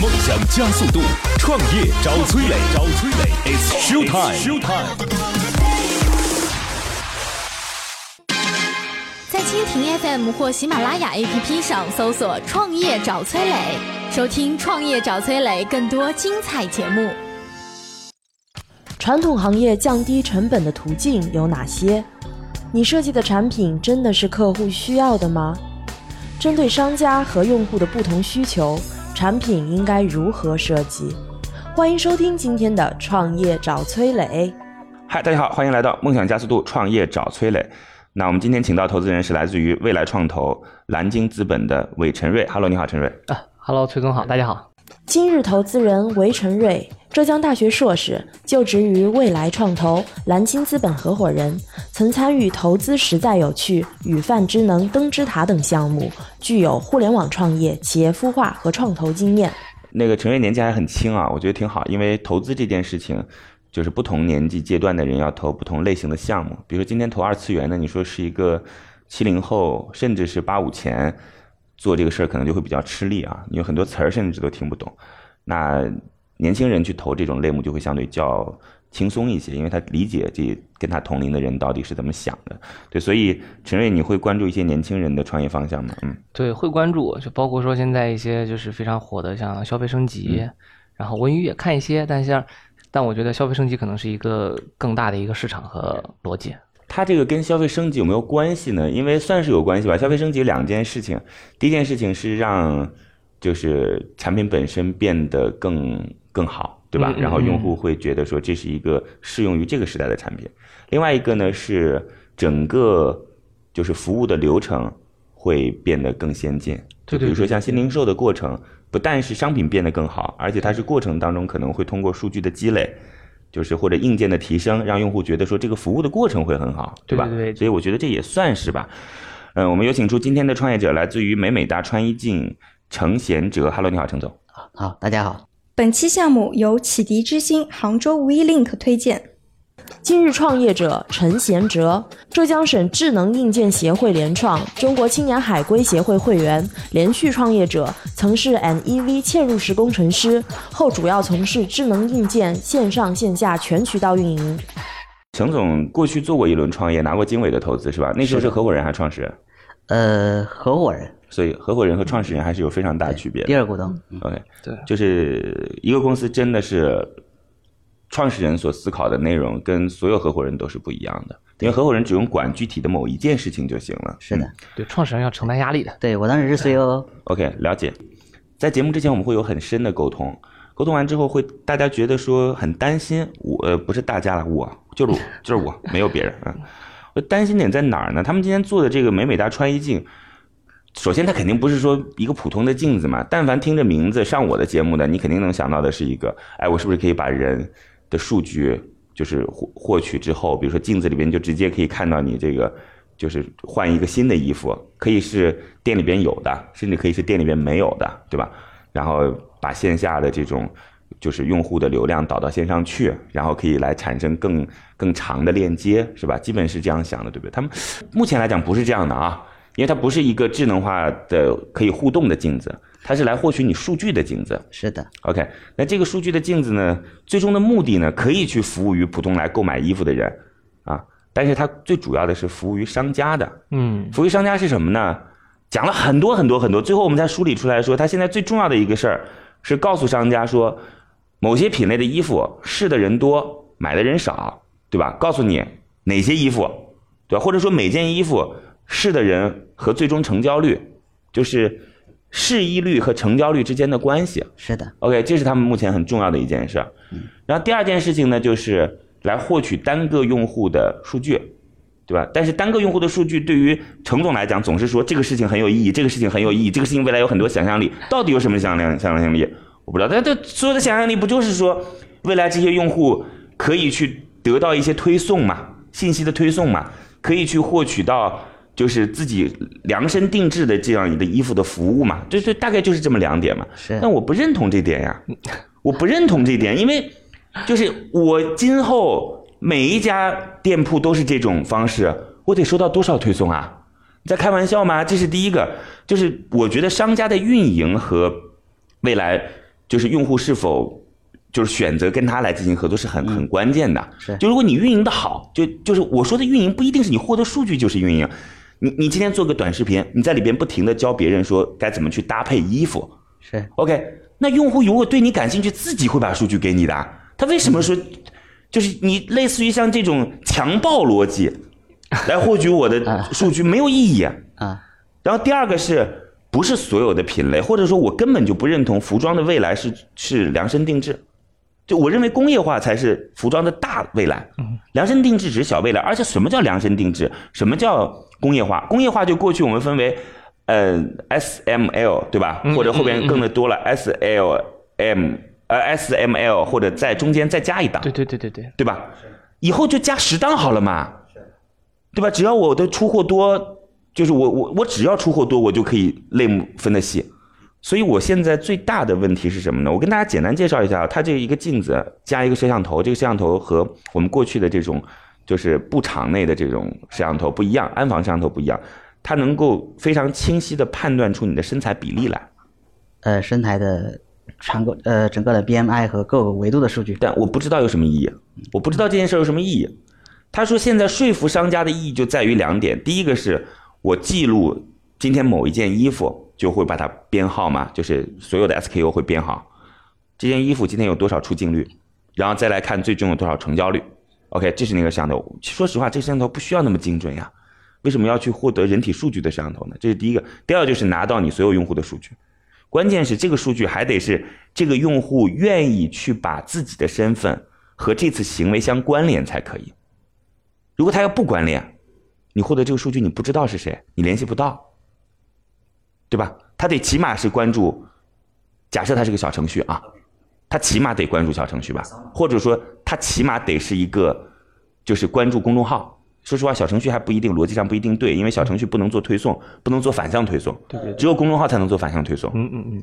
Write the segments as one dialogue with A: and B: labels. A: 梦想加速度，创业找崔磊，找崔磊，It's show time。
B: 在蜻蜓 FM 或喜马拉雅 APP 上搜索“创业找崔磊”，收听“创业找崔磊”更多精彩节目。
C: 传统行业降低成本的途径有哪些？你设计的产品真的是客户需要的吗？针对商家和用户的不同需求，产品应该如何设计？欢迎收听今天的《创业找崔磊》。
D: 嗨，大家好，欢迎来到梦想加速度创业找崔磊。那我们今天请到投资人是来自于未来创投蓝鲸资本的韦晨瑞。Hello，你好，陈瑞。
E: 啊，Hello，崔
D: 哎
E: 总好，大家好。
C: 今日投资人韦晨瑞，浙江大学硕士，就职于未来创投、蓝鲸资本合伙人，曾参与《投资实在有趣》《与饭之能》《灯之塔》等项目，具有互联网创业、企业孵化和创投经验。
D: 那个陈瑞年纪还很轻啊，我觉得挺好，因为投资这件事情，就是不同年纪阶段的人要投不同类型的项目。比如说今天投二次元的，你说是一个七零后，甚至是八五前做这个事儿，可能就会比较吃力啊，你有很多词儿甚至都听不懂。那年轻人去投这种类目就会相对较轻松一些，因为他理解这跟他同龄的人到底是怎么想的。对，所以陈瑞，你会关注一些年轻人的创业方向吗？嗯。
E: 对，会关注，就包括说现在一些就是非常火的，像消费升级，
D: 嗯
E: 然后文娱也看一些，但像但我觉得消费升级可能是一个更大的一个市场和逻辑。
D: 它这个跟消费升级有没有关系呢？因为算是有关系吧。消费升级两件事情，第一件事情是让就是产品本身变得更更好，对吧
E: 嗯？嗯
D: 然后用户会觉得说这是一个适用于这个时代的产品。另外一个呢是整个就是服务的流程会变得更先进，就
E: 对对
D: 比如说
E: 对
D: 像新零售的过程，不但是商品变得更好，而且它是过程当中可能会通过数据的积累。就是或者硬件的提升，让用户觉得说这个服务的过程会很好，吧？
E: 对对对
D: 所以我觉得这也算是吧。嗯，我们有请出今天的创业者，来自于美美达穿衣镜程贤哲。Hello，你好，程总。
F: 好，大家好。
G: 本期项目由启迪之星杭州 WeLink 推荐。
C: 今日创业者陈贤哲，浙江省智能硬件协会联创、中国青年海归协会会员，连续创业者，曾是 NEV 嵌入式工程师，后主要从事智能硬件线上线下全渠道运营。
D: 程总过去做过一轮创业，拿过经纬的投资是吧？那时候
F: 是
D: 是
F: 的
D: 合伙人还是创始人？
F: 呃，合伙人，
D: 所以合伙人和创始人还是有非常大区别的。
F: 第二股东，嗯
D: OK，
E: 对
D: 就是一个公司真的是创始人所思考的内容跟所有合伙人都是不一样的，因为合伙人只用管具体的某一件事情就行了。
F: 是的
D: 嗯，
E: 对，创始人要承担压力的。
F: 对我当时是 E CEO，
D: OK，了解。在节目之前，我们会有很深的沟通，沟通完之后会大家觉得说很担心，我呃不是大家了，我就是我就是我，没有别人啊。我 担心点在哪儿呢？他们今天做的这个美美达穿衣镜，首先它肯定不是说一个普通的镜子嘛。但凡听着名字上我的节目的，你肯定能想到的是一个，哎，我是不是可以把人的数据就是获获取之后，比如说镜子里边就直接可以看到你这个。就是换一个新的衣服，可以是店里边有的，甚至可以是店里边没有的，对吧？然后把线下的这种就是用户的流量导到线上去，然后可以来产生更更长的链接，是吧？基本是这样想的，对不对？他们目前来讲不是这样的啊，因为它不是一个智能化的可以互动的镜子，它是来获取你数据的镜子。
F: 是的，
D: OK，那这个数据的镜子呢，最终的目的呢，可以去服务于普通来购买衣服的人啊，但是它最主要的是服务于商家的。
E: 嗯，
D: 服务于商家是什么呢？讲了很多很多很多，最后我们才梳理出来说，它现在最重要的一个事儿是告诉商家说，某些品类的衣服试的人多，买的人少，对吧？告诉你哪些衣服，对吧？或者说每件衣服试的人和最终成交率，就是试衣率和成交率之间的关系。
F: 是的，
D: OK，这是他们目前很重要的一件事儿。然后第二件事情呢，就是来获取单个用户的数据，对吧？但是单个用户的数据对于程总来讲，总是说这个事情很有意义，这个事情很有意义，这个事情未来有很多想象力，到底有什么想象想象力？我不知道。但这所有的想象力不就是说，未来这些用户可以去得到一些推送嘛，信息的推送嘛，可以去获取到。就是自己量身定制的这样一个衣服的服务嘛，对对，大概就是这么两点嘛。
F: 是
D: 但我不认同这点呀，我不认同这点，因为就是我今后每一家店铺都是这种方式，我得收到多少推送啊？你在开玩笑吗？这是第一个，就是我觉得商家的运营和未来就是用户是否就是选择跟他来进行合作是很、很关键的。
F: 嗯是
D: 就如果你运营的好，就就是我说的运营不一定是你获得数据就是运营。你你今天做个短视频，你在里边不停的教别人说该怎么去搭配衣服
F: 是
D: ，OK？那用户如果对你感兴趣，自己会把数据给你的。啊他为什么说，就是你类似于像这种强暴逻辑，来获取我的数据没有意义。
F: 啊，
D: 然后第二个是不是所有的品类，或者说我根本就不认同服装的未来是是量身定制，就我认为工业化才是服装的大未来，量身定制只是小未来。而且什么叫量身定制？什么叫工业化？工业化就过去我们分为，呃，S M L 对吧？或者后边更的多了 S L M 呃 S M L 或者在中间再加一档
E: 对，对对对对，
D: 对吧？以后就加十档好了嘛，对吧？只要我的出货多，就是我我我只要出货多，我就可以类目分得细。所以我现在最大的问题是什么呢？我跟大家简单介绍一下，啊它这一个镜子加一个摄像头，这个摄像头和我们过去的这种就是布场内的这种摄像头不一样，安防摄像头不一样，它能够非常清晰的判断出你的身材比例来。
F: 呃，身材的长个呃整个的 BMI 和各个维度的数据，
D: 但我不知道有什么意义，我不知道这件事有什么意义。他说现在说服商家的意义就在于两点，第一个是我记录今天某一件衣服，就会把它编号嘛，就是所有的 SKU 会编号，这件衣服今天有多少出镜率，然后再来看最终有多少成交率。OK，这是那个摄像头。说实话，这摄像头不需要那么精准呀，为什么要去获得人体数据的摄像头呢？这是第一个。第二就是拿到你所有用户的数据。关键是这个数据还得是这个用户愿意去把自己的身份和这次行为相关联才可以。如果他要不关联，你获得这个数据你不知道是谁，你联系不到，对吧？他得起码是关注，假设他是个小程序啊，他起码得关注小程序吧，或者说他起码得是一个就是关注公众号。说实话，小程序还不一定逻辑上不一定对，因为小程序不能做推送，不能做反向推送，
E: 对对对
D: 只有公众号才能做反向推送。
E: 嗯嗯嗯，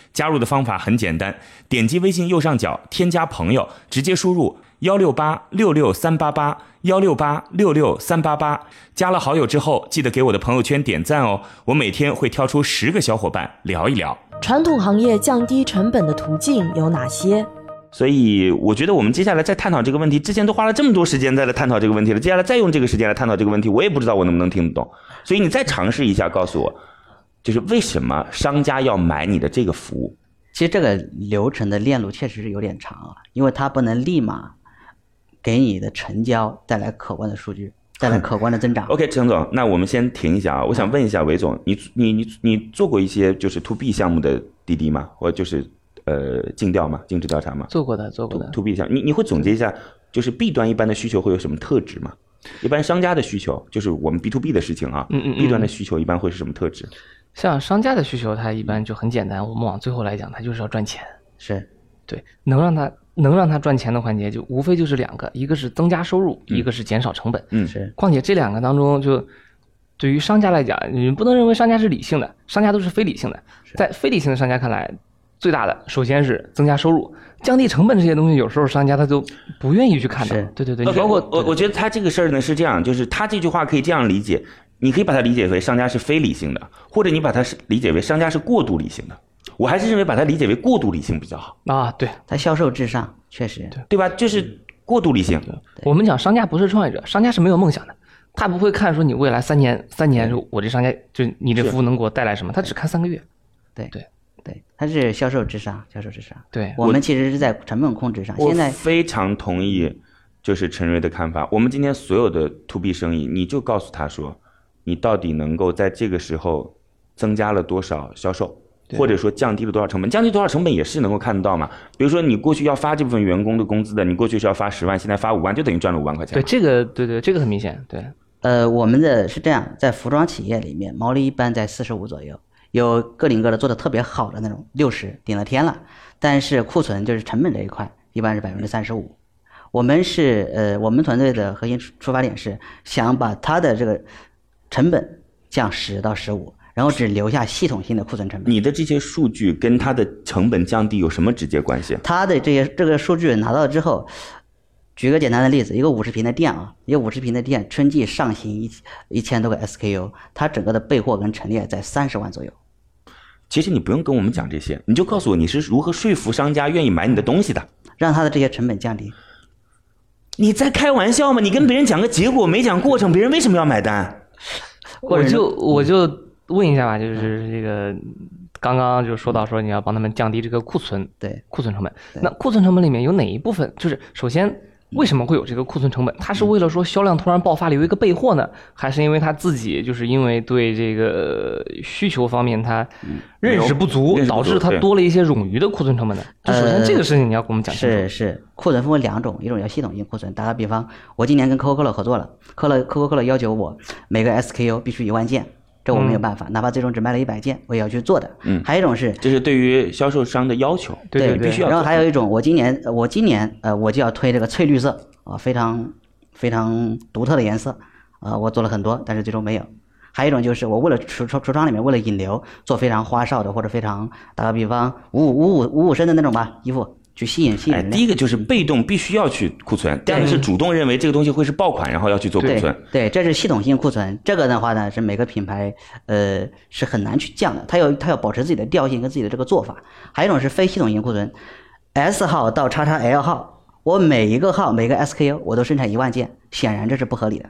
D: 加入的方法很简单，点击微信右上角添加朋友，直接输入幺六八六六三八八幺六八六六三八八。加了好友之后，记得给我的朋友圈点赞哦，我每天会挑出十个小伙伴聊一聊。
C: 传统行业降低成本的途径有哪些？
D: 所以我觉得我们接下来再探讨这个问题，之前都花了这么多时间在来探讨这个问题了，接下来再用这个时间来探讨这个问题，我也不知道我能不能听得懂。所以你再尝试一下，告诉我，就是为什么商家要买你的这个服务？
F: 其实这个流程的链路确实是有点长啊，因为它不能立马给你的成交带来可观的数据，带来可观的增长。
D: OK，陈总，那我们先停一下啊。我想问一下韦总，你你你你做过一些就是 to B 项目的滴滴吗？或者就是呃尽调吗？尽职调查吗
E: 做过的做过
D: ？to
E: 的
D: to B 项目，你你会总结一下，就是 B 端一般的需求会有什么特质吗？一般商家的需求，就是我们 B to B 的事情啊。
E: 嗯嗯嗯
D: B 端的需求一般会是什么特质？
E: 像商家的需求，它一般就很简单。我们往最后来讲，它就是要赚钱。
F: 是
E: 对，能让它能让它赚钱的环节，就无非就是两个，一个是增加收入，一个是减少成本。
D: 嗯，
F: 是
E: 况且这两个当中就，对于商家来讲，你不能认为商家是理性的，商家都是非理性的。在非理性的商家看来，最大的首先是增加收入，降低成本这些东西，有时候商家他都不愿意去看到
F: 是。
E: 对对对，你
D: OK，
E: 包
D: 我
E: 括
D: 我我觉得他这个事儿呢是这样，就是他这句话可以这样理解，你可以把它理解为商家是非理性的，或者你把它是理解为商家是过度理性的。我还是认为把它理解为过度理性比较好，
E: 啊，对
F: 它销售至上，确实
D: 对吧？就是过度理性，
E: 我们讲商家不是创业者，商家是没有梦想的。他不会看说你未来三年，三年我这商家就你这服务能给我带来什么，他只看三个月。
F: 对
E: 对
F: 对，它是销售至上，销售至上。
E: 对
F: 我们其实是在成本控制上，现在
D: 我非常同意，就是陈瑞的看法。我们今天所有的 to B 生意，你就告诉他说，你到底能够在这个时候增加了多少销售，或者说降低了多少成本？降低多少成本也是能够看得到嘛。比如说你过去要发这部分员工的工资的，你过去是要发十万，现在发五万，就等于赚了五万块钱
E: 对
D: 嘛。
E: 这个，对对，这个很明显。对，
F: 呃，我们的是这样，在服装企业里面，毛利一般在四十五左右，有个顶个的做的特别好的那种，六十顶了天了。但是库存就是成本这一块，一般是百分之三十五，我们是呃，我们团队的核心出出发点是想把它的这个成本降十到十五，然后只留下系统性的库存成本。
D: 你的这些数据跟它的成本降低有什么直接关系？
F: 它的这些这个数据拿到之后，举个简单的例子，一个五十平的店啊，一个五十平的店，春季上新一一千多个 SKU，它整个的备货跟陈列在三十万左右。
D: 其实你不用跟我们讲这些，你就告诉我你是如何说服商家愿意买你的东西的。
F: 让它的这些成本降低。
D: 你在开玩笑吗？你跟别人讲个结果，没讲过程，别人为什么要买单？
E: 我就我就问一下吧，就是这个刚刚就说到说你要帮他们降低这个库存
F: 对，
E: 库存成本。
F: 对
E: 那库存成本里面有哪一部分？就是首先为什么会有这个库存成本？它是为了说销量突然爆发留一个备货呢，还是因为他自己就是因为对这个呃需求方面他认识不足
D: 认，识不
E: 导
D: 足
E: 致他
D: 对
E: 多了一些冗余的库存成本呢？就首先
F: 呃
E: 这个事情你要给我们讲清楚。
F: 是是，库存分为两种，一种叫系统性库存。打个比方，我今年跟 Coca-Cola 合作了，Coca-Cola 要求我每个 SKU 必须一万件，这我没有办法，哪怕最终只卖了一百件，我也要去做的。
D: 嗯
F: 还有一种是
D: 这是对于销售商的要求。
E: 对对
D: 你必须要
F: 然后
D: 做
F: 还有一种，我今年我今年呃我就要推这个翠绿色啊、非常非常独特的颜色啊、我做了很多，但是最终没有。还有一种就是我为了橱窗橱窗里面为了引流做非常花哨的或者非常打个比方五五五五五五身的那种吧衣服去吸引吸引
D: 哎，
F: 人
D: 第
F: 量。
D: 一个就是被动必须要去库存，第二个是主动认为这个东西会是爆款，然后要去做库
F: 对
D: 存。
F: 对，这是系统性库存。这个的话呢，是每个品牌呃是很难去降的，它要它要保持自己的调性跟自己的这个做法。还有一种是非系统性库存，S 号到叉叉 L 号，我每一个号每个 SKU 我都生产一万件，显然这是不合理的。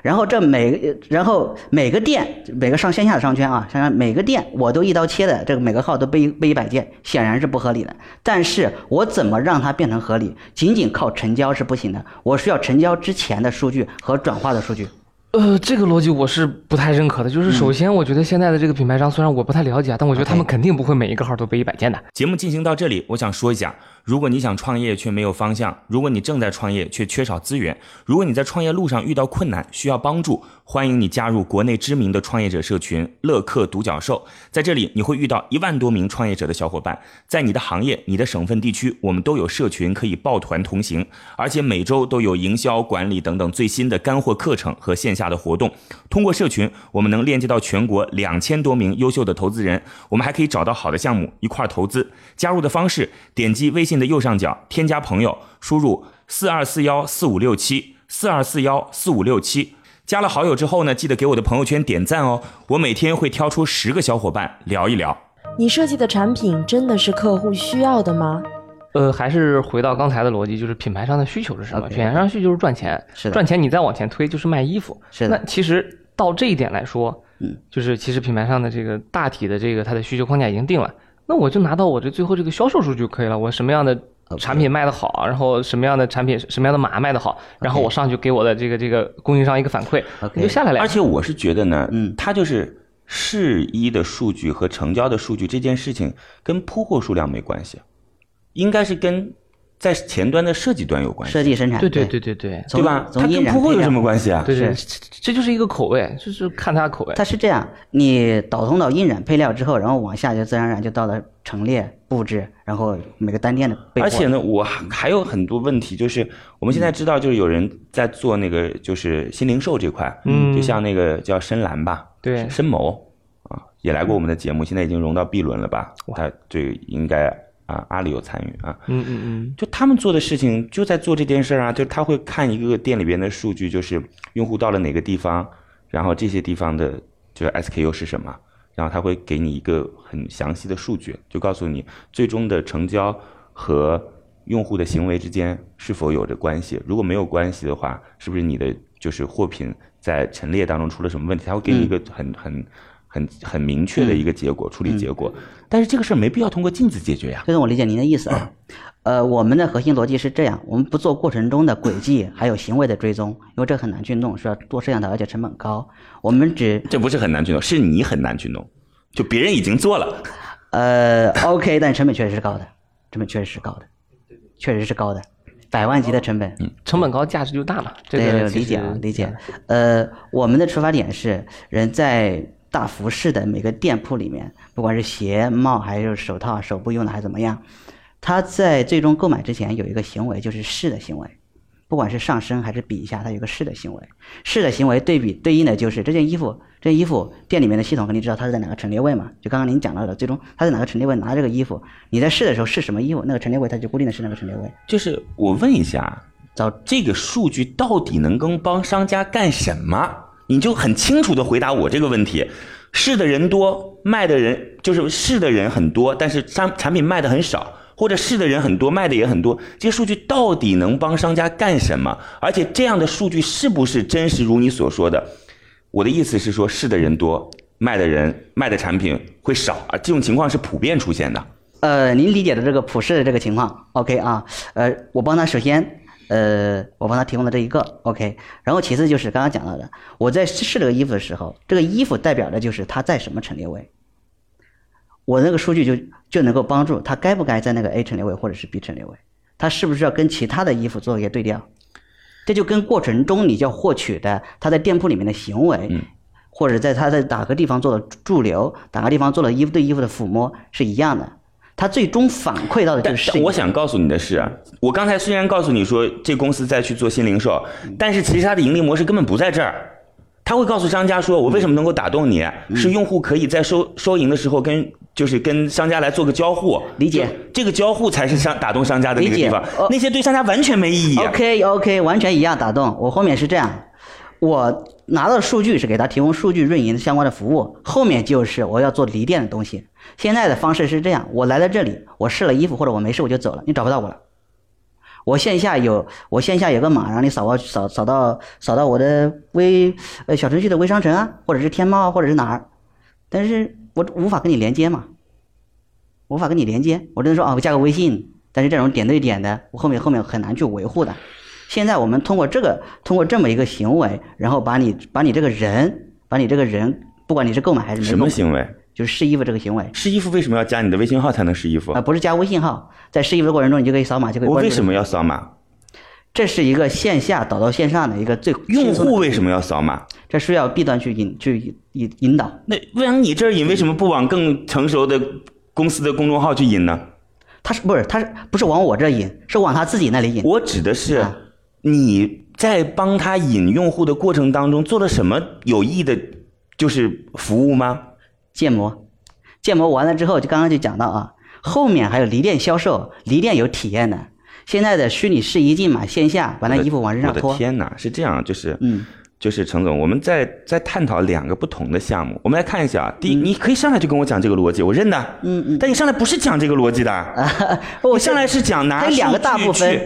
F: 然后这每个然后每个店每个上线下的商圈啊，像每个店我都一刀切的，这个每个号都备一备一百件，显然是不合理的。但是我怎么让它变成合理？仅仅靠成交是不行的，我需要成交之前的数据和转化的数据。
E: 呃，这个逻辑我是不太认可的。就是首先，我觉得现在的这个品牌商，虽然我不太了解啊，但我觉得他们肯定不会每一个号都背一百件的。
D: 节目进行到这里，我想说一下：如果你想创业却没有方向，如果你正在创业却缺少资源，如果你在创业路上遇到困难需要帮助，欢迎你加入国内知名的创业者社群“乐客独角兽”。在这里，你会遇到一万多名创业者的小伙伴，在你的行业、你的省份、地区，我们都有社群可以抱团同行，而且每周都有营销、管理等等最新的干货课程和线下的活动。通过社群，我们能链接到全国两千多名优秀的投资人，我们还可以找到好的项目一块儿投资。加入的方式，点击微信的右上角添加朋友，输入四二四幺四五六七四二四幺四五六七。加了好友之后呢，记得给我的朋友圈点赞哦。我每天会挑出十个小伙伴聊一聊。
C: 你设计的产品真的是客户需要的吗？
E: 呃，还是回到刚才的逻辑，就是品牌商的需求是什么？
F: OK
E: 品牌商需求是赚钱，
F: 是的
E: 赚钱你再往前推就是卖衣服。
F: 是的
E: 那其实到这一点来说，
F: 嗯，
E: 就是其实品牌商的这个大体的这个它的需求框架已经定了，那我就拿到我这最后这个销售数据可以了。我什么样的
F: OK
E: 产品卖得好，然后什么样的产品什么样的码卖得好，然后
F: OK
E: 我上去给我的这个这个供应商一个反馈，
F: OK
E: 你就下来了呀
D: 而。且我是觉得呢，
F: 嗯
D: 它就是试衣的数据和成交的数据这件事情跟铺货数量没关系，应该是跟在前端的设计端有关系，
F: 设计生产，哎
E: 对对对对对，
F: 从
D: 对吧？
F: 从
D: 它
F: 印
D: 跟
F: 染
D: 铺货
F: 配
D: 有
F: 料
D: 什么关系啊？
E: 对对，
F: 是
E: 这这就是一个口味，就是看他口味。
F: 它是这样，你导通到印染配料之后，然后往下就自然而然就到了陈列布置，然后每个单店的备货。
D: 而且呢，我还还有很多问题，就是我们现在知道，就是有人在做那个就是新零售这块，
E: 嗯
D: 就像那个叫深蓝吧，
E: 对
D: 深谋啊，也来过我们的节目，现在已经融到 B 轮了吧？他这应该啊，阿里有参与啊，
E: 嗯嗯嗯，
D: 就他们做的事情就在做这件事儿啊，就他会看一个个店里边的数据，就是用户到了哪个地方，然后这些地方的就是 SKU 是什么，然后他会给你一个很详细的数据，就告诉你最终的成交和用户的行为之间是否有着关系。如果没有关系的话，是不是你的就是货品在陈列当中出了什么问题？他会给你一个很、很。很很明确的一个结果，处理结果，但是这个事儿没必要通过镜子解决呀。
F: 这是我理解您的意思啊。呃，我们的核心逻辑是这样：我们不做过程中的轨迹，还有行为的追踪，因为这很难去弄，需要做摄像头，而且成本高。我们只
D: 这不是很难去弄，是你很难去弄，就别人已经做了。
F: 呃 OK，但成本确实是高的，成本确实是高的，确实是高的，百万级的成本。
E: 成本高，价值就大嘛。这
F: 对
E: 个
F: 对，
E: 其
F: 理解
E: 实
F: 啊，理解。。呃，我们的出发点是人在大服饰的每个店铺里面，不管是鞋、帽还是手套、手部用的还是怎么样，他在最终购买之前有一个行为，就是试的行为。不管是上身还是比一下，它有个试的行为。试的行为对比对应的就是这件衣服，这件衣服店里面的系统肯定知道它是在哪个陈列位嘛。就刚刚您讲到的，最终它在哪个陈列位拿这个衣服，你在试的时候试什么衣服，那个陈列位它就固定的是那个陈列位。
D: 就是我问一下，
F: 找
D: 这个数据到底能够帮商家干什么？你就很清楚的回答我这个问题。试的人多，卖的人就是试的人很多，但是商产品卖的很少，或者试的人很多，卖的也很多。这些数据到底能帮商家干什么？而且这样的数据是不是真实如你所说的？我的意思是说，试的人多，卖的人卖的产品会少啊，这种情况是普遍出现的。
F: 呃，您理解的这个普世的这个情况，OK 啊，呃，我帮他首先，呃，我帮他提供了这一个 OK，然后其次就是刚刚讲到的，我在试这个衣服的时候，这个衣服代表的就是它在什么陈列位，我那个数据就就能够帮助他该不该在那个 A 陈列位或者是 B 陈列位，他是不是要跟其他的衣服做一个对调，这就跟过程中你要获取的他在店铺里面的行为，
D: 嗯
F: 或者在他在哪个地方做的驻留，哪个地方做了衣服对衣服的抚摸是一样的。他最终反馈到的就
D: 但
F: 是
D: 但
F: 一
D: 我
F: 样
D: 想告诉你的是，啊我刚才虽然告诉你说这公司在去做新零售，但是其实它的盈利模式根本不在这儿。他会告诉商家说：“我为什么能够打动你？
F: 嗯
D: 是用户可以在收收银的时候跟就是跟商家来做个交互，
F: 理解
D: 就这个交互才是商打动商家的那个
F: 理解
D: 地方
F: 呃。
D: 那些对商家完全没意义。啊
F: OK OK，完全一样打动。我后面是这样，我拿到数据是给他提供数据运营相关的服务，后面就是我要做离店的东西。现在的方式是这样，我来了这里，我试了衣服或者我没试我就走了，你找不到我了。我线下有我线下有个码，让你扫到扫扫到扫到我的微呃小程序的微商城啊，或者是天猫啊，或者是哪儿，但是我无法跟你连接嘛，无法跟你连接，我只能说啊，我加个微信。但是这种点对点的，我后面后面很难去维护的。现在我们通过这个，通过这么一个行为，然后把你把你这个人，把你这个人，不管你是购买还是没
D: 什
F: 购
D: 么
F: 买，
D: 行为？
F: 就是试衣服这个行为
D: 试衣服为什么要加你的微信号才能试衣服
F: 啊、？不是加微信号，在试衣服的过程中，你就可以扫码就可以
D: 我
F: 关注。
D: 为什么要扫码？
F: 这是一个线下导到线上的一个最
D: 用
F: 轻松的
D: 户为什么要扫码？
F: 这需要 B 端去引去引引导，
D: 那为啥你这儿引为什么不往更成熟的公司的公众号去引呢？
F: 他是不是他是不是往我这引，是往他自己那里引。
D: 我指的是
F: 啊
D: 你在帮他引用户的过程当中做了什么有益的，就是服务吗？
F: 建模，建模完了之后，就刚刚就讲到啊，后面还有离店销售，离店有体验的。现在的虚拟试衣进嘛，线下把那衣服往身上
D: 我的
F: 脱，
D: 天哪，是这样，就是
F: 嗯，
D: 就是程总，我们在在探讨两个不同的项目，我们来看一下啊。第
F: 嗯
D: 一，你可以上来就跟我讲这个逻辑，我认的。嗯嗯。但你上来不是讲这个逻辑 的，
F: 我
D: 你哦上来是讲拿
F: 它啊有两个
D: 数
F: 大
D: 据
F: 部分
D: 去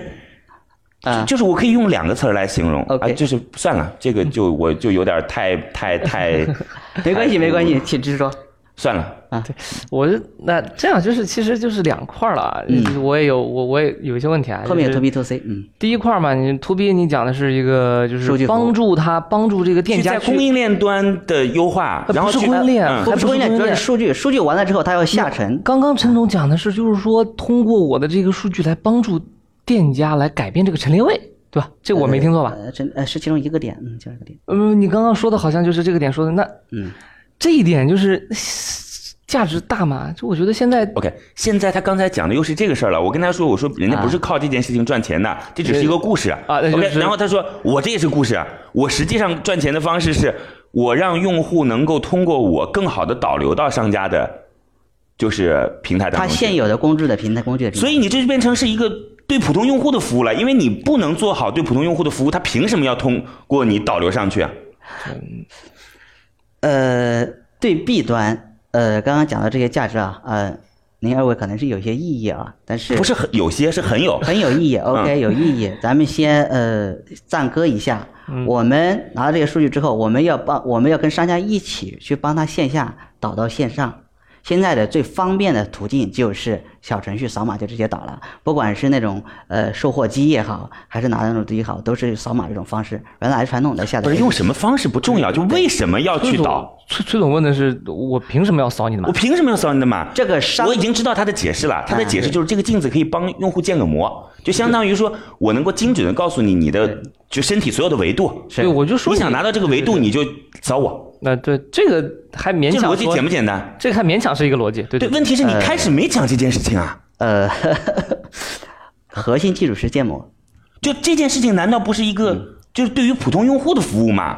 F: 啊
D: 就就是我可以用两个词儿来形容
F: OK
D: 啊，就是算了，这个就我就有点太太 太，
F: 啊没关系没关系，请直说。
D: 算了，
E: 我是那这样就是其实就是两块儿了啊，就是我也有我我也有一些问题啊，
F: 嗯后面有
E: 就是
F: to B to C，嗯，
E: 第一块儿嘛，你 to B 你讲的是一个就
F: 数据
E: 是
F: 服务
E: 帮助他帮助这个店
D: 去
E: 家
D: 在
E: 去
D: 供应链端的优化，
E: 呃
D: 然后
E: 不是
D: 去
E: 供应链
D: 嗯
E: 不
F: 它不
E: 是
F: 应该
E: 不
F: 主
E: 是
F: 要是数据，数据完了之后它要下沉，
E: 刚刚陈总讲的是，就是说通过我的这个数据来帮助店家来改变这个陈列位，对吧？这我没听错吧？
F: 呃，真呃是其中一个点，嗯，就是这个点，
E: 嗯，你刚刚说的好像就是这个点说的，那
F: 嗯，
E: 这一点就是价值大吗？就我觉得现在
D: OK，现在他刚才讲的又是这个事儿了。我跟他说，我说人家不是靠这件事情赚钱的，这只是一个故事啊
E: 啊那就
D: OK，
E: 是
D: 然后他说我这也是故事，啊，我实际上赚钱的方式是我让用户能够通过我更好的导流到商家的，就是平台当
F: 它
D: 中去。
F: 现有的工具的平台工具的平台，
D: 所以你这就变成是一个对普通用户的服务了，因为你不能做好对普通用户的服务，他凭什么要通过你导流上去啊？
F: 呃，对 B 端，呃，刚刚讲到这些价值啊，呃，您二位可能是有些异议啊，但是
D: 不是啊很有些是很有，
F: 很有意义，OK，有意义。咱们先呃暂搁一下，
D: 嗯
F: 我们拿到这个数据之后，我们要帮我们要跟商家一起去帮他线下导到线上。现在的最方便的途径就是小程序扫码就直接导了，不管是那种呃售货机也好，还是拿那种机也好，都是扫码这种方式。原来传统的下载
D: 不是用什么方式不重要，就为什么要
E: 崔
D: 去
E: 总
D: 导？
E: 崔崔总问的是，我凭什么要扫你的码
D: 我？凭什么要扫你的码？
F: 这个商
D: 我已经知道他的解释了，他的
E: 哎
D: 解释就是这个镜子可以帮用户建个模，就相当于说我能够精准的告诉你你的就身体所有的维度。
E: 对，我就说
D: 你想拿到这个维度，你就扫我，
E: 那对这个还勉
D: 这
E: 强
D: 逻辑
E: 说哎
D: 简不简单？
E: 这个还勉强是一个逻辑，对
D: 对，问题是你 开始没讲这件事情啊。
E: 嗯
F: 呃，核心技术是建模，
D: 就这件事情，难道不是一
F: 嗯
D: 个就是对于普通用户的服务吗？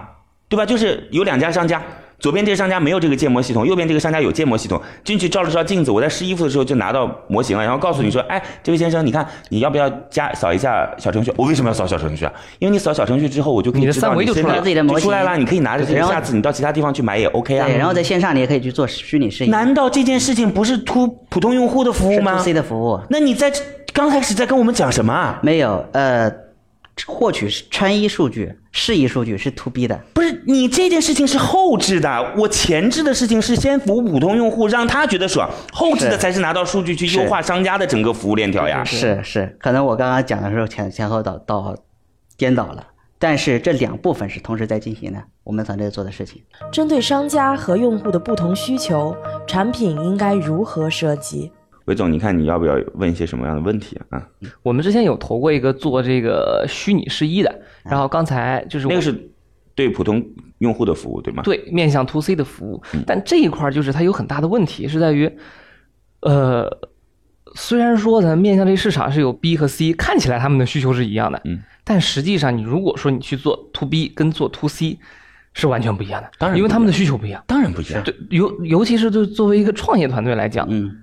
D: 对吧？就是有两家商家，左边这个商家没有这个建模系统，右边这个商家有建模系统。进去照了照镜子，我在试衣服的时候就拿到模型了，然后告诉你说：“
F: 嗯
D: 哎，这位先生，你看你要不要加扫一下小程序？”我为什么要扫小程序啊？因为你扫小程序之后，我就可
E: 你
D: 以
E: 的
D: 知道
E: 范围就
D: 身
E: 出来
D: 上
E: 了
F: 自己的模型
D: 出来了，你可以拿着这个，
F: 然后
D: 下次你到其他地方去买也 OK 啊。嗯
F: 对，然后在线上你也可以去做虚拟试衣，
D: 难道这件事情不是突普通用户的服务
F: 是
D: 吗
F: to C 的服务，
D: 那你在刚开始在跟我们讲什么啊？
F: 没有呃，获取穿衣数据、试衣数据是 to B 的，
D: 不是你这件事情是后置的，我前置的事情是先服务普通用户，让他觉得爽，后置的
F: 是
D: 才是拿到数据去优化商家的整个服务链条呀。
F: 是是，可能我刚刚讲的时候前前后倒倒颠倒了，但是这两部分是同时在进行的，我们团队做的事情。
C: 针对商家和用户的不同需求，产品应该如何设计？
D: 韦总，你看你要不要问一些什么样的问题啊？
E: 我们之前有投过一个做这个虚拟试衣的，然后刚才就是我
D: 嗯那个是对普通用户的服务对吗？，
E: 对面向 to C 的服务，
D: 嗯
E: 但这一块儿就是它有很大的问题是在于，呃，虽然说咱们面向这市场是有 B 和 C，看起来他们的需求是一样的，
D: 嗯，
E: 但实际上你如果说你去做 to B 跟做 to C 是完全不一样的，
D: 当然不一样
E: 因为他们的需求不一样。
D: 当然不一样。
E: 对，尤尤其是对作为一个创业团队来讲，
F: 嗯，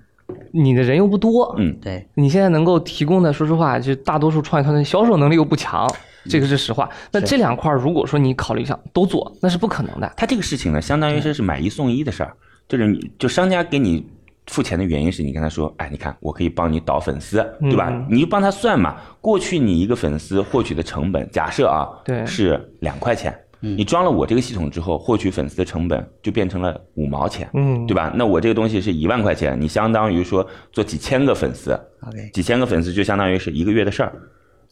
E: 你的人又不多，
D: 嗯
F: 对，
E: 你现在能够提供的，说实话，就大多数创业团队销售能力又不强，这个是实话。那这两块儿如果说你考虑上都做，那是不可能的。
D: 他这个事情呢，相当于说是买一送一的事儿，就是你就商家给你付钱的原因是你跟他说，哎，你看我可以帮你导粉丝，对吧？
E: 嗯
D: 你就帮他算嘛，过去你一个粉丝获取的成本，假设啊，
E: 对
D: 是两块钱。
F: 嗯
D: 你装了我这个系统之后，获取粉丝的成本就变成了五毛钱，
E: 嗯
D: 对吧？那我这个东西是一万块钱，你相当于说做几千个粉丝，
F: OK
D: 几千个粉丝就相当于是一个月的事儿，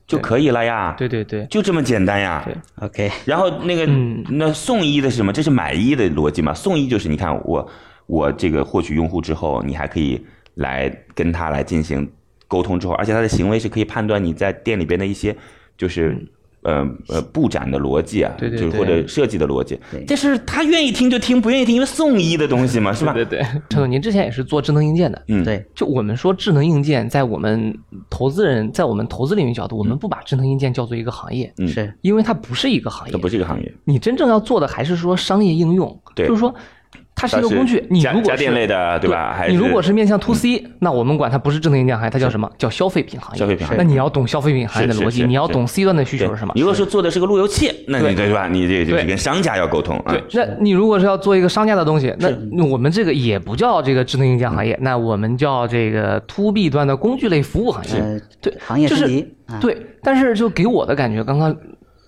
D: 就
E: 对
D: 可以了呀，
E: 对对对，
D: 就这么简单呀，
E: 对
F: OK，
D: 然后那个、
E: 嗯
D: 那送医的是什么？这是买医的逻辑嘛？送医就是你看我我这个获取用户之后，你还可以来跟他来进行沟通之后，而且他的行为是可以判断你在店里边的一些就是。呃呃，布展的逻辑啊，
E: 嗯对对
D: 就是或
E: 对
D: 者设计的逻辑
F: 对，
D: 但是他愿意听就听，不愿意听，因为送医的东西嘛，是吧？
E: 对对。陈总，您之前也是做智能硬件的，
D: 嗯，
F: 对，
E: 就我们说智能硬件，在我们投资人，在我们投资领域角度，我们不把智能硬件叫做一个行业，
D: 嗯
F: 是
E: 因为它不是一个行业
D: 它，不是一个行业。
E: 你真正要做的还是说商业应用，
D: 对
E: 就是说它是一个工具
D: 它是。
E: 你
D: 家
E: 如果
D: 家电
E: 是
D: 类的，对吧？还嗯
E: 你如果是面向 to C，、那我们管它不是智能硬件行业，它叫什么？叫消费品行业。
D: 消费品行业
E: 那你要懂消费品行业的
D: 是是
E: 逻辑，
D: 是
E: 你要懂 C 端的需
D: 对
E: 求是什么
D: 你。如果说做的是个路由器，那你
E: 对
D: 对吧？你这就是
E: 对
D: 跟商家要沟通啊。
E: 对，那你如果是要做一个商家的东西，那那我们这个也不叫这个智能硬件行业，
D: 嗯
E: 那我们叫这个 to B 端的工具类服务行业
F: 呃。，
E: 对
F: 行业
E: 就
F: 升
E: 是
F: 级，啊，
E: 对，但是就给我的感觉，刚刚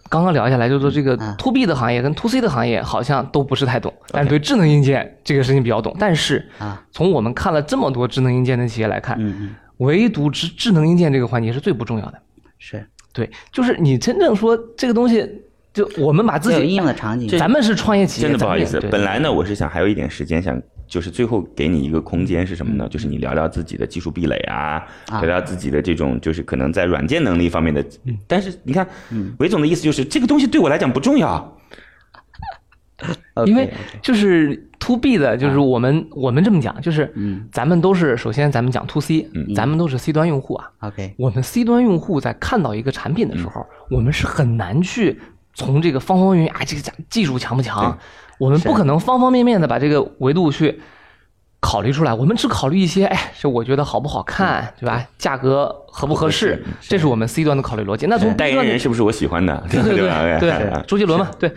E: 刚刚聊下来，就说这个
F: 嗯
E: to B 的行业跟 to C 的行业好像都不是太懂，但是对智能硬件这个事情比较懂。但是
F: 啊，
E: 从我们看了这么多智能硬件的企业来看，
F: 嗯嗯，
E: 唯独智智能硬件这个环节是最不重要的。
F: 是
E: 对，就是你真正说这个东西，就我们把自
F: 要有应
E: 己，
F: 用的场景，
E: 咱们是创业企业，
D: 真的不好意思
E: 咱们也，对
D: 本来呢，我是想还有一点时间，想就是最后给你一个空间是什么
E: 嗯
D: 呢？就是你聊聊自己的技术壁垒啊，
F: 啊
D: 聊聊自己的这种就是可能在软件能力方面的。
E: 嗯
D: 但是你看，韦总的意思就是这个东西对我来讲不重
E: 哎
D: 要。
E: 因为就是 to B 的，就是我们我们这么讲，就是
D: 嗯
E: 咱们都是首先咱们讲 to C，咱们都是 C 端用户啊，
F: OK
E: 我们 C 端用户在看到一个产品的时候，
D: 嗯
E: 我们是很难去从这个方方面面啊，这个技技术强不强，我们不可能方方面面的把这个维度去考虑出来，我们只考虑一些，哎，这我觉得好不好看，对吧？价格合不合适，这是我们 C 端的考虑逻辑。那从 B
D: 代言
E: 端的
D: 人是不是我喜欢的？
E: 对对
D: 吧？
E: 对对
D: 哎，
E: 周杰伦嘛，对。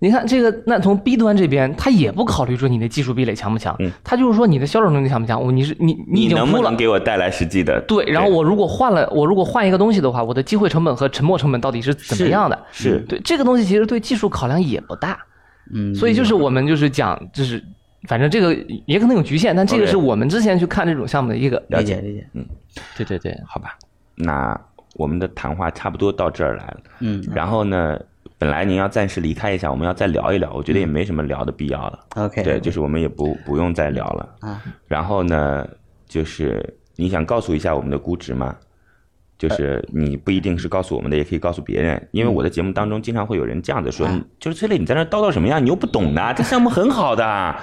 E: 你看这个，那从 B 端这边，他也不考虑说你的技术壁垒强不强，他就是说你的销售能力强不强，我你是你已
D: 嗯你
E: 经
D: 能
E: 铺
D: 不
E: 了
D: 能，给我带来实际的？
E: 对，然后我如果换了，我如果换一个东西的话，我的机会成本和沉没成本到底是怎么样的？嗯
D: 是
E: 对这个东西其实对技术考量也不大，
F: 嗯，
E: 所以就是我们就是讲就是。反正这个也可能有局限，但这个
D: OK
E: 是我们之前去看这种项目的一个嗯
F: 理解理解，
E: 对对对，
D: 好吧，那我们的谈话差不多到这儿来了。
F: 嗯
D: 然后呢，本来您要暂时离开一下，我们要再聊一聊，我觉得也没什么聊的必要了。
F: ，OK，
D: 对，就是我们也不不用再聊了。
F: 啊，
D: 然后呢，就是你想告诉一下我们的估值吗？就是你不一定是告诉我们的，也可以告诉别人，因为我的节目当中经常会有人这样子说，
F: 啊
D: 你就是崔磊，你在那儿叨叨什么呀？你又不懂的，这项目很好 的，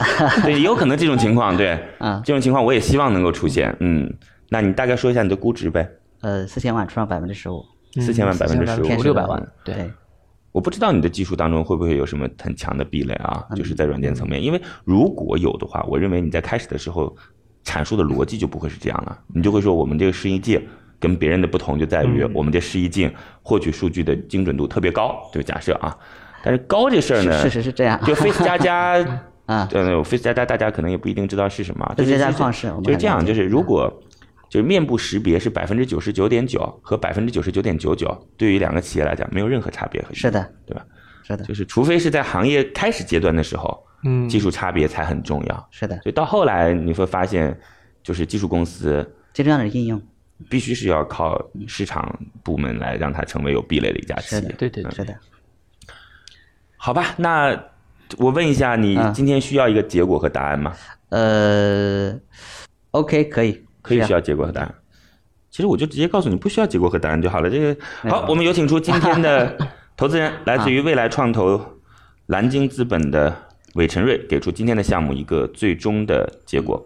D: 对，也有可能这种情况，对，
F: 啊
D: 这种情况我也希望能够出现，嗯，那你大概说一下你的估值呗，
F: 呃，四千万出让百分之十五，
D: 四千万百分之十
E: 五
D: 五
E: 六百嗯万，对，
F: 对，
D: 我不知道你的技术当中会不会有什么很强的壁垒啊，
F: 嗯
D: 就是在软件层面，因为如果有的话，我认为你在开始的时候阐述的逻辑就不会是这样了，你就会说我们这个试一镜跟别人的不同就在
F: 嗯
D: 于我们这试一镜获取数据的精准度特别高，就假设啊，但是高这事儿
F: 是
D: 呢，
F: 是是是这样。
D: 就 Face 加加
F: 啊
D: 呃，Face 加加大家可能也不一定知道是什么，就
F: Face
D: 是
F: 加
D: 就
F: 加
D: 是
F: 旷视我们
D: 就是
F: 还
D: 这样，
F: 了解
D: 就是如果就是面部识别是百分之九十九点九和百分之九十九点九九，对于两个企业来讲没有任何差别和意义
F: 是的，
D: 对吧？
F: 是的，
D: 就是除非是在行业开始阶段的时候，
E: 嗯
D: 技术差别才很重要。
F: 是的，
D: 所以到后来你会发现，就是技术公司
F: 就这样的应用，
D: 必须是要靠市场部门来让它成为有壁垒的一家企
F: 是
D: 业
F: 的。
E: 对对对
F: 是的，
D: 好吧，那我问一下，你
F: 嗯
D: 今天需要一个结果和答案吗？
F: 呃，OK，可以，
D: 可以
F: 是啊
D: 需要结果和答案。其实我就直接告诉你，不需要结果和答案就好了。这个
F: 没有啊
D: 好，我们有请出今天 的投资人，来自于未来创投蓝鲸资本的韦晨瑞，给出今天的项目一个最终的结果。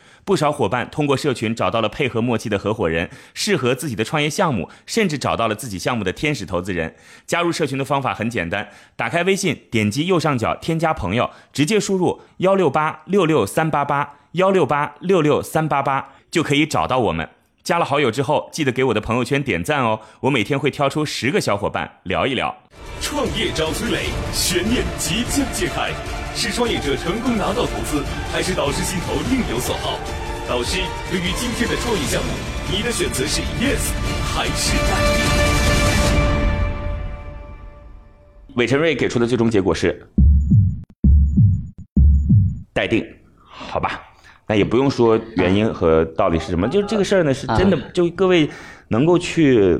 A: 不少伙伴通过社群找到了配合默契的合伙人，适合自己的创业项目，甚至找到了自己项目的天使投资人。加入社群的方法很简单，打开微信，点击右上角添加朋友，直接输入幺六八六六三八八幺六八六六三八八就可以找到我们。加了好友之后，记得给我的朋友圈点赞哦，我每天会挑出十个小伙伴聊一聊。创业找崔磊，悬念即将揭开，是创业者成功拿到投资，还是导师心头另有所好？导师，对于今天的创业项目，你的选择是 yes 还是 no？
D: 韦晨瑞给出的最终结果是待定，好吧？那也不用说原因和道理是什么，就是这个事儿呢，是真的，就各位能够去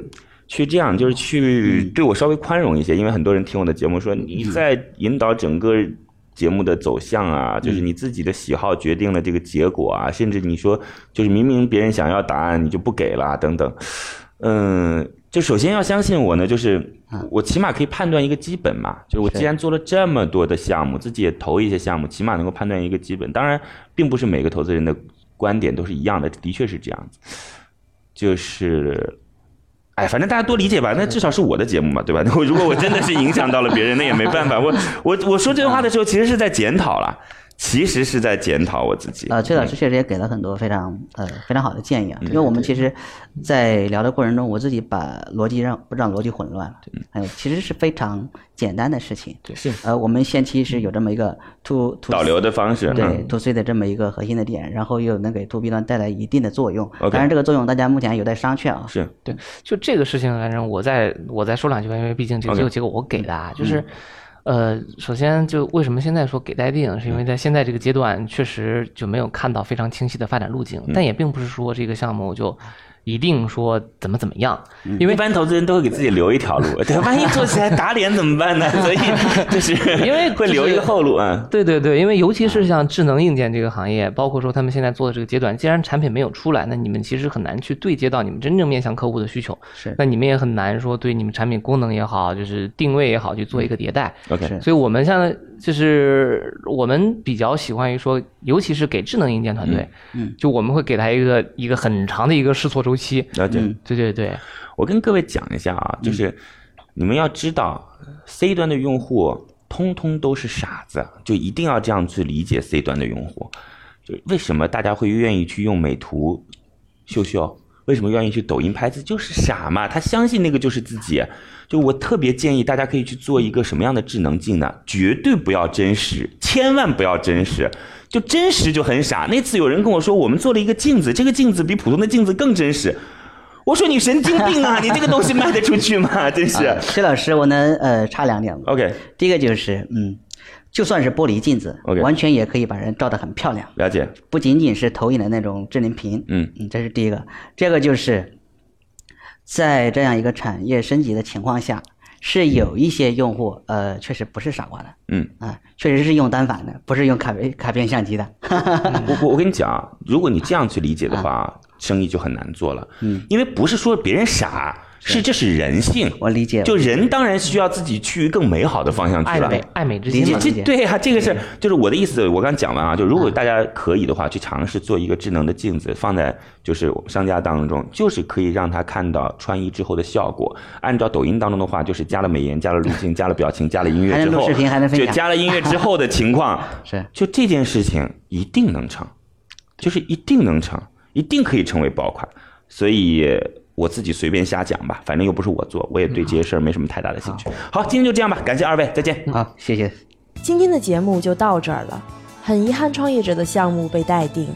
D: 去这样，就是去对我稍微宽容一些，因为很多人听我的节目说你在引导整个。节目的走向啊，就是你自己的喜好决定了这个结果啊，甚至你说就是明明别人想要答案，你就不给了啊等等，嗯，就首先要相信我呢，就是我起码可以判断一个基本嘛，就是我既然做了这么多的项目，自己也投一些项目，起码能够判断一个基本。当然，并不是每个投资人的观点都是一样的，的确是这样子。就是，哎，反正大家多理解吧。那至少是我的节目嘛，对吧？ 那我如果我真的是影响到了别人，那也没办法。我我我说这话的时候，其实是在检讨了，其实是在检讨我自己。嗯
F: 呃，崔老师确实也给了很多非常呃非常好的建议啊，因为我们其实，在聊的过程中，我自己把逻辑让不让逻辑混乱了，哎，其实是非常简单的事情。对，
D: 嗯
F: 是呃，我们先期是有这么一个 to to
D: 导流的方式，
F: 对
D: 嗯
F: to C 的这么一个核心的点，然后又能给 to B 端带来一定的作用。
D: OK
F: 当然，这个作用大家目前有待商榷啊。
D: 是
E: 对，就这个事情，反正我再我再说两句吧，因为毕竟这个
D: OK
E: 这个结果我给的啊，就是，呃，首先就为什么现在说给待定，是因为在现在这个阶段确实就没有看到非常清晰的发展路径，但也并不是说这个项目就一定说怎么怎么样，因为
D: 一般投资人都会给自己留一条 路，对，万一做起来打脸怎么办呢？所以就是
E: 因为
D: 会
E: 就是
D: 留一个后路啊。
E: 对对对，因为尤其是像智能硬件这个行业，包括说他们现在做的这个阶段，既然产品没有出来，那你们其实很难去对接到你们真正面向客户的需求。
F: 是
E: 那你们也很难说对你们产品功能也好，就是定位也好去做一个迭代。
D: OK，
E: 所以我们像就是我们比较喜欢于说，尤其是给智能硬件团队，
F: 嗯，
E: 就我们会给他一个一个很长的一个试错周期。
D: 了解。
F: 嗯
E: 对对对，
D: 我跟各位讲一下啊，
E: 嗯
D: 就是你们要知道，C 端的用户通通都是傻子，就一定要这样去理解 C 端的用户。就为什么大家会愿意去用美图秀秀？为什么愿意去抖音拍自己？就是傻嘛，他相信那个就是自己。就我特别建议大家可以去做一个什么样的智能镜呢？绝对不要真实，千万不要真实。就真实就很傻。那次有人跟我说，我们做了一个镜子，这个镜子比普通的镜子更真实。我说你神经病啊！你这个东西卖得出去吗？真是
F: 啊。崔老师，我能呃插两点吗？
D: OK，
F: 第一个就是，嗯，就算是玻璃镜子
D: OK
F: 完全也可以把人照得很漂亮，
D: 了解。
F: 不仅仅是投影的那种智能屏。
D: 嗯
F: 嗯，这是第一个。第二个就是，在这样一个产业升级的情况下，是有一些用户呃确实不是傻瓜的。
D: 嗯
F: 啊，确实是用单反的，不是用卡片卡片相机的。
D: 我我我跟你讲啊，如果你这样去理解的话啊，生意就很难做了。
F: 嗯，
D: 因为不是说别人傻，是这是人性。
F: 我理解，
D: 就人当然需要自己去更美好的方向去
E: 爱
D: 了。
E: 美爱美之心
F: 理解嗯
E: 嘛。
D: 这对呀、这个是就是我的意思。我刚讲完啊，就如果大家可以的话，去尝试做一个智能的镜子，放在就是我们商家当中，就是可以让他看到穿衣之后的效果。按照抖音当中的话，就是加了美颜、加了滤镜、加了表情、加了音乐
F: 还能
D: 之
F: 录
D: 后，
F: 视频还能分
D: 就
F: 享
D: 加了音乐之后的情况，
F: 是
D: 就这件事情一定能成，就是一定能成，一定可以成为爆款。所以我自己随便瞎讲吧，反正又不是我做，我也对这些事儿没什么太大的兴趣。好，今天就这样吧，感谢二位，再见。
F: 好，谢谢。
C: 今天的节目就到这儿了。很遗憾，创业者的项目被待定。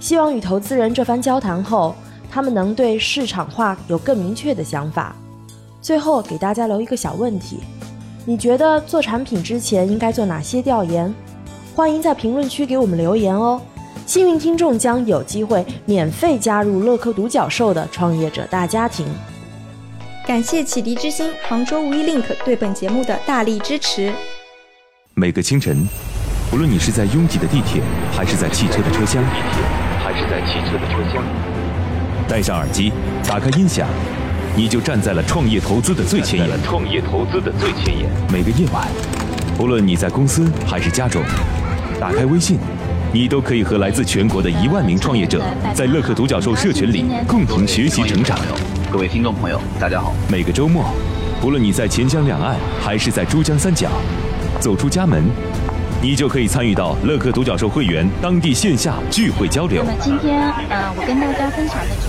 C: 希望与投资人这番交谈后，他们能对市场化有更明确的想法。最后给大家留一个小问题：你觉得做产品之前应该做哪些调研？欢迎在评论区给我们留言哦。幸运听众将有机会免费加入乐客独角兽的创业者大家庭。
G: 感谢启迪之星、杭州 WeLink 对本节目的大力支持。
H: 每个清晨，无论你是在拥挤的地铁，还是在汽车的车厢，还是在汽车的车厢，戴上耳机，打开音响，你就站在了创业投资的最前沿。创业投资的最前沿。每个夜晚，无论你在公司还是家中，打开微信，你都可以和来自全国的一万名创业者，在乐客独角兽社群里共同学习成长。
I: 各位听众朋友，大家好。
H: 每个周末，不论你在钱江两岸还是在珠江三角，走出家门，你就可以参与到乐客独角兽会员当地线下聚会交流
J: 那。
K: 嗯
J: 么今天，呃，我跟大家分享的主题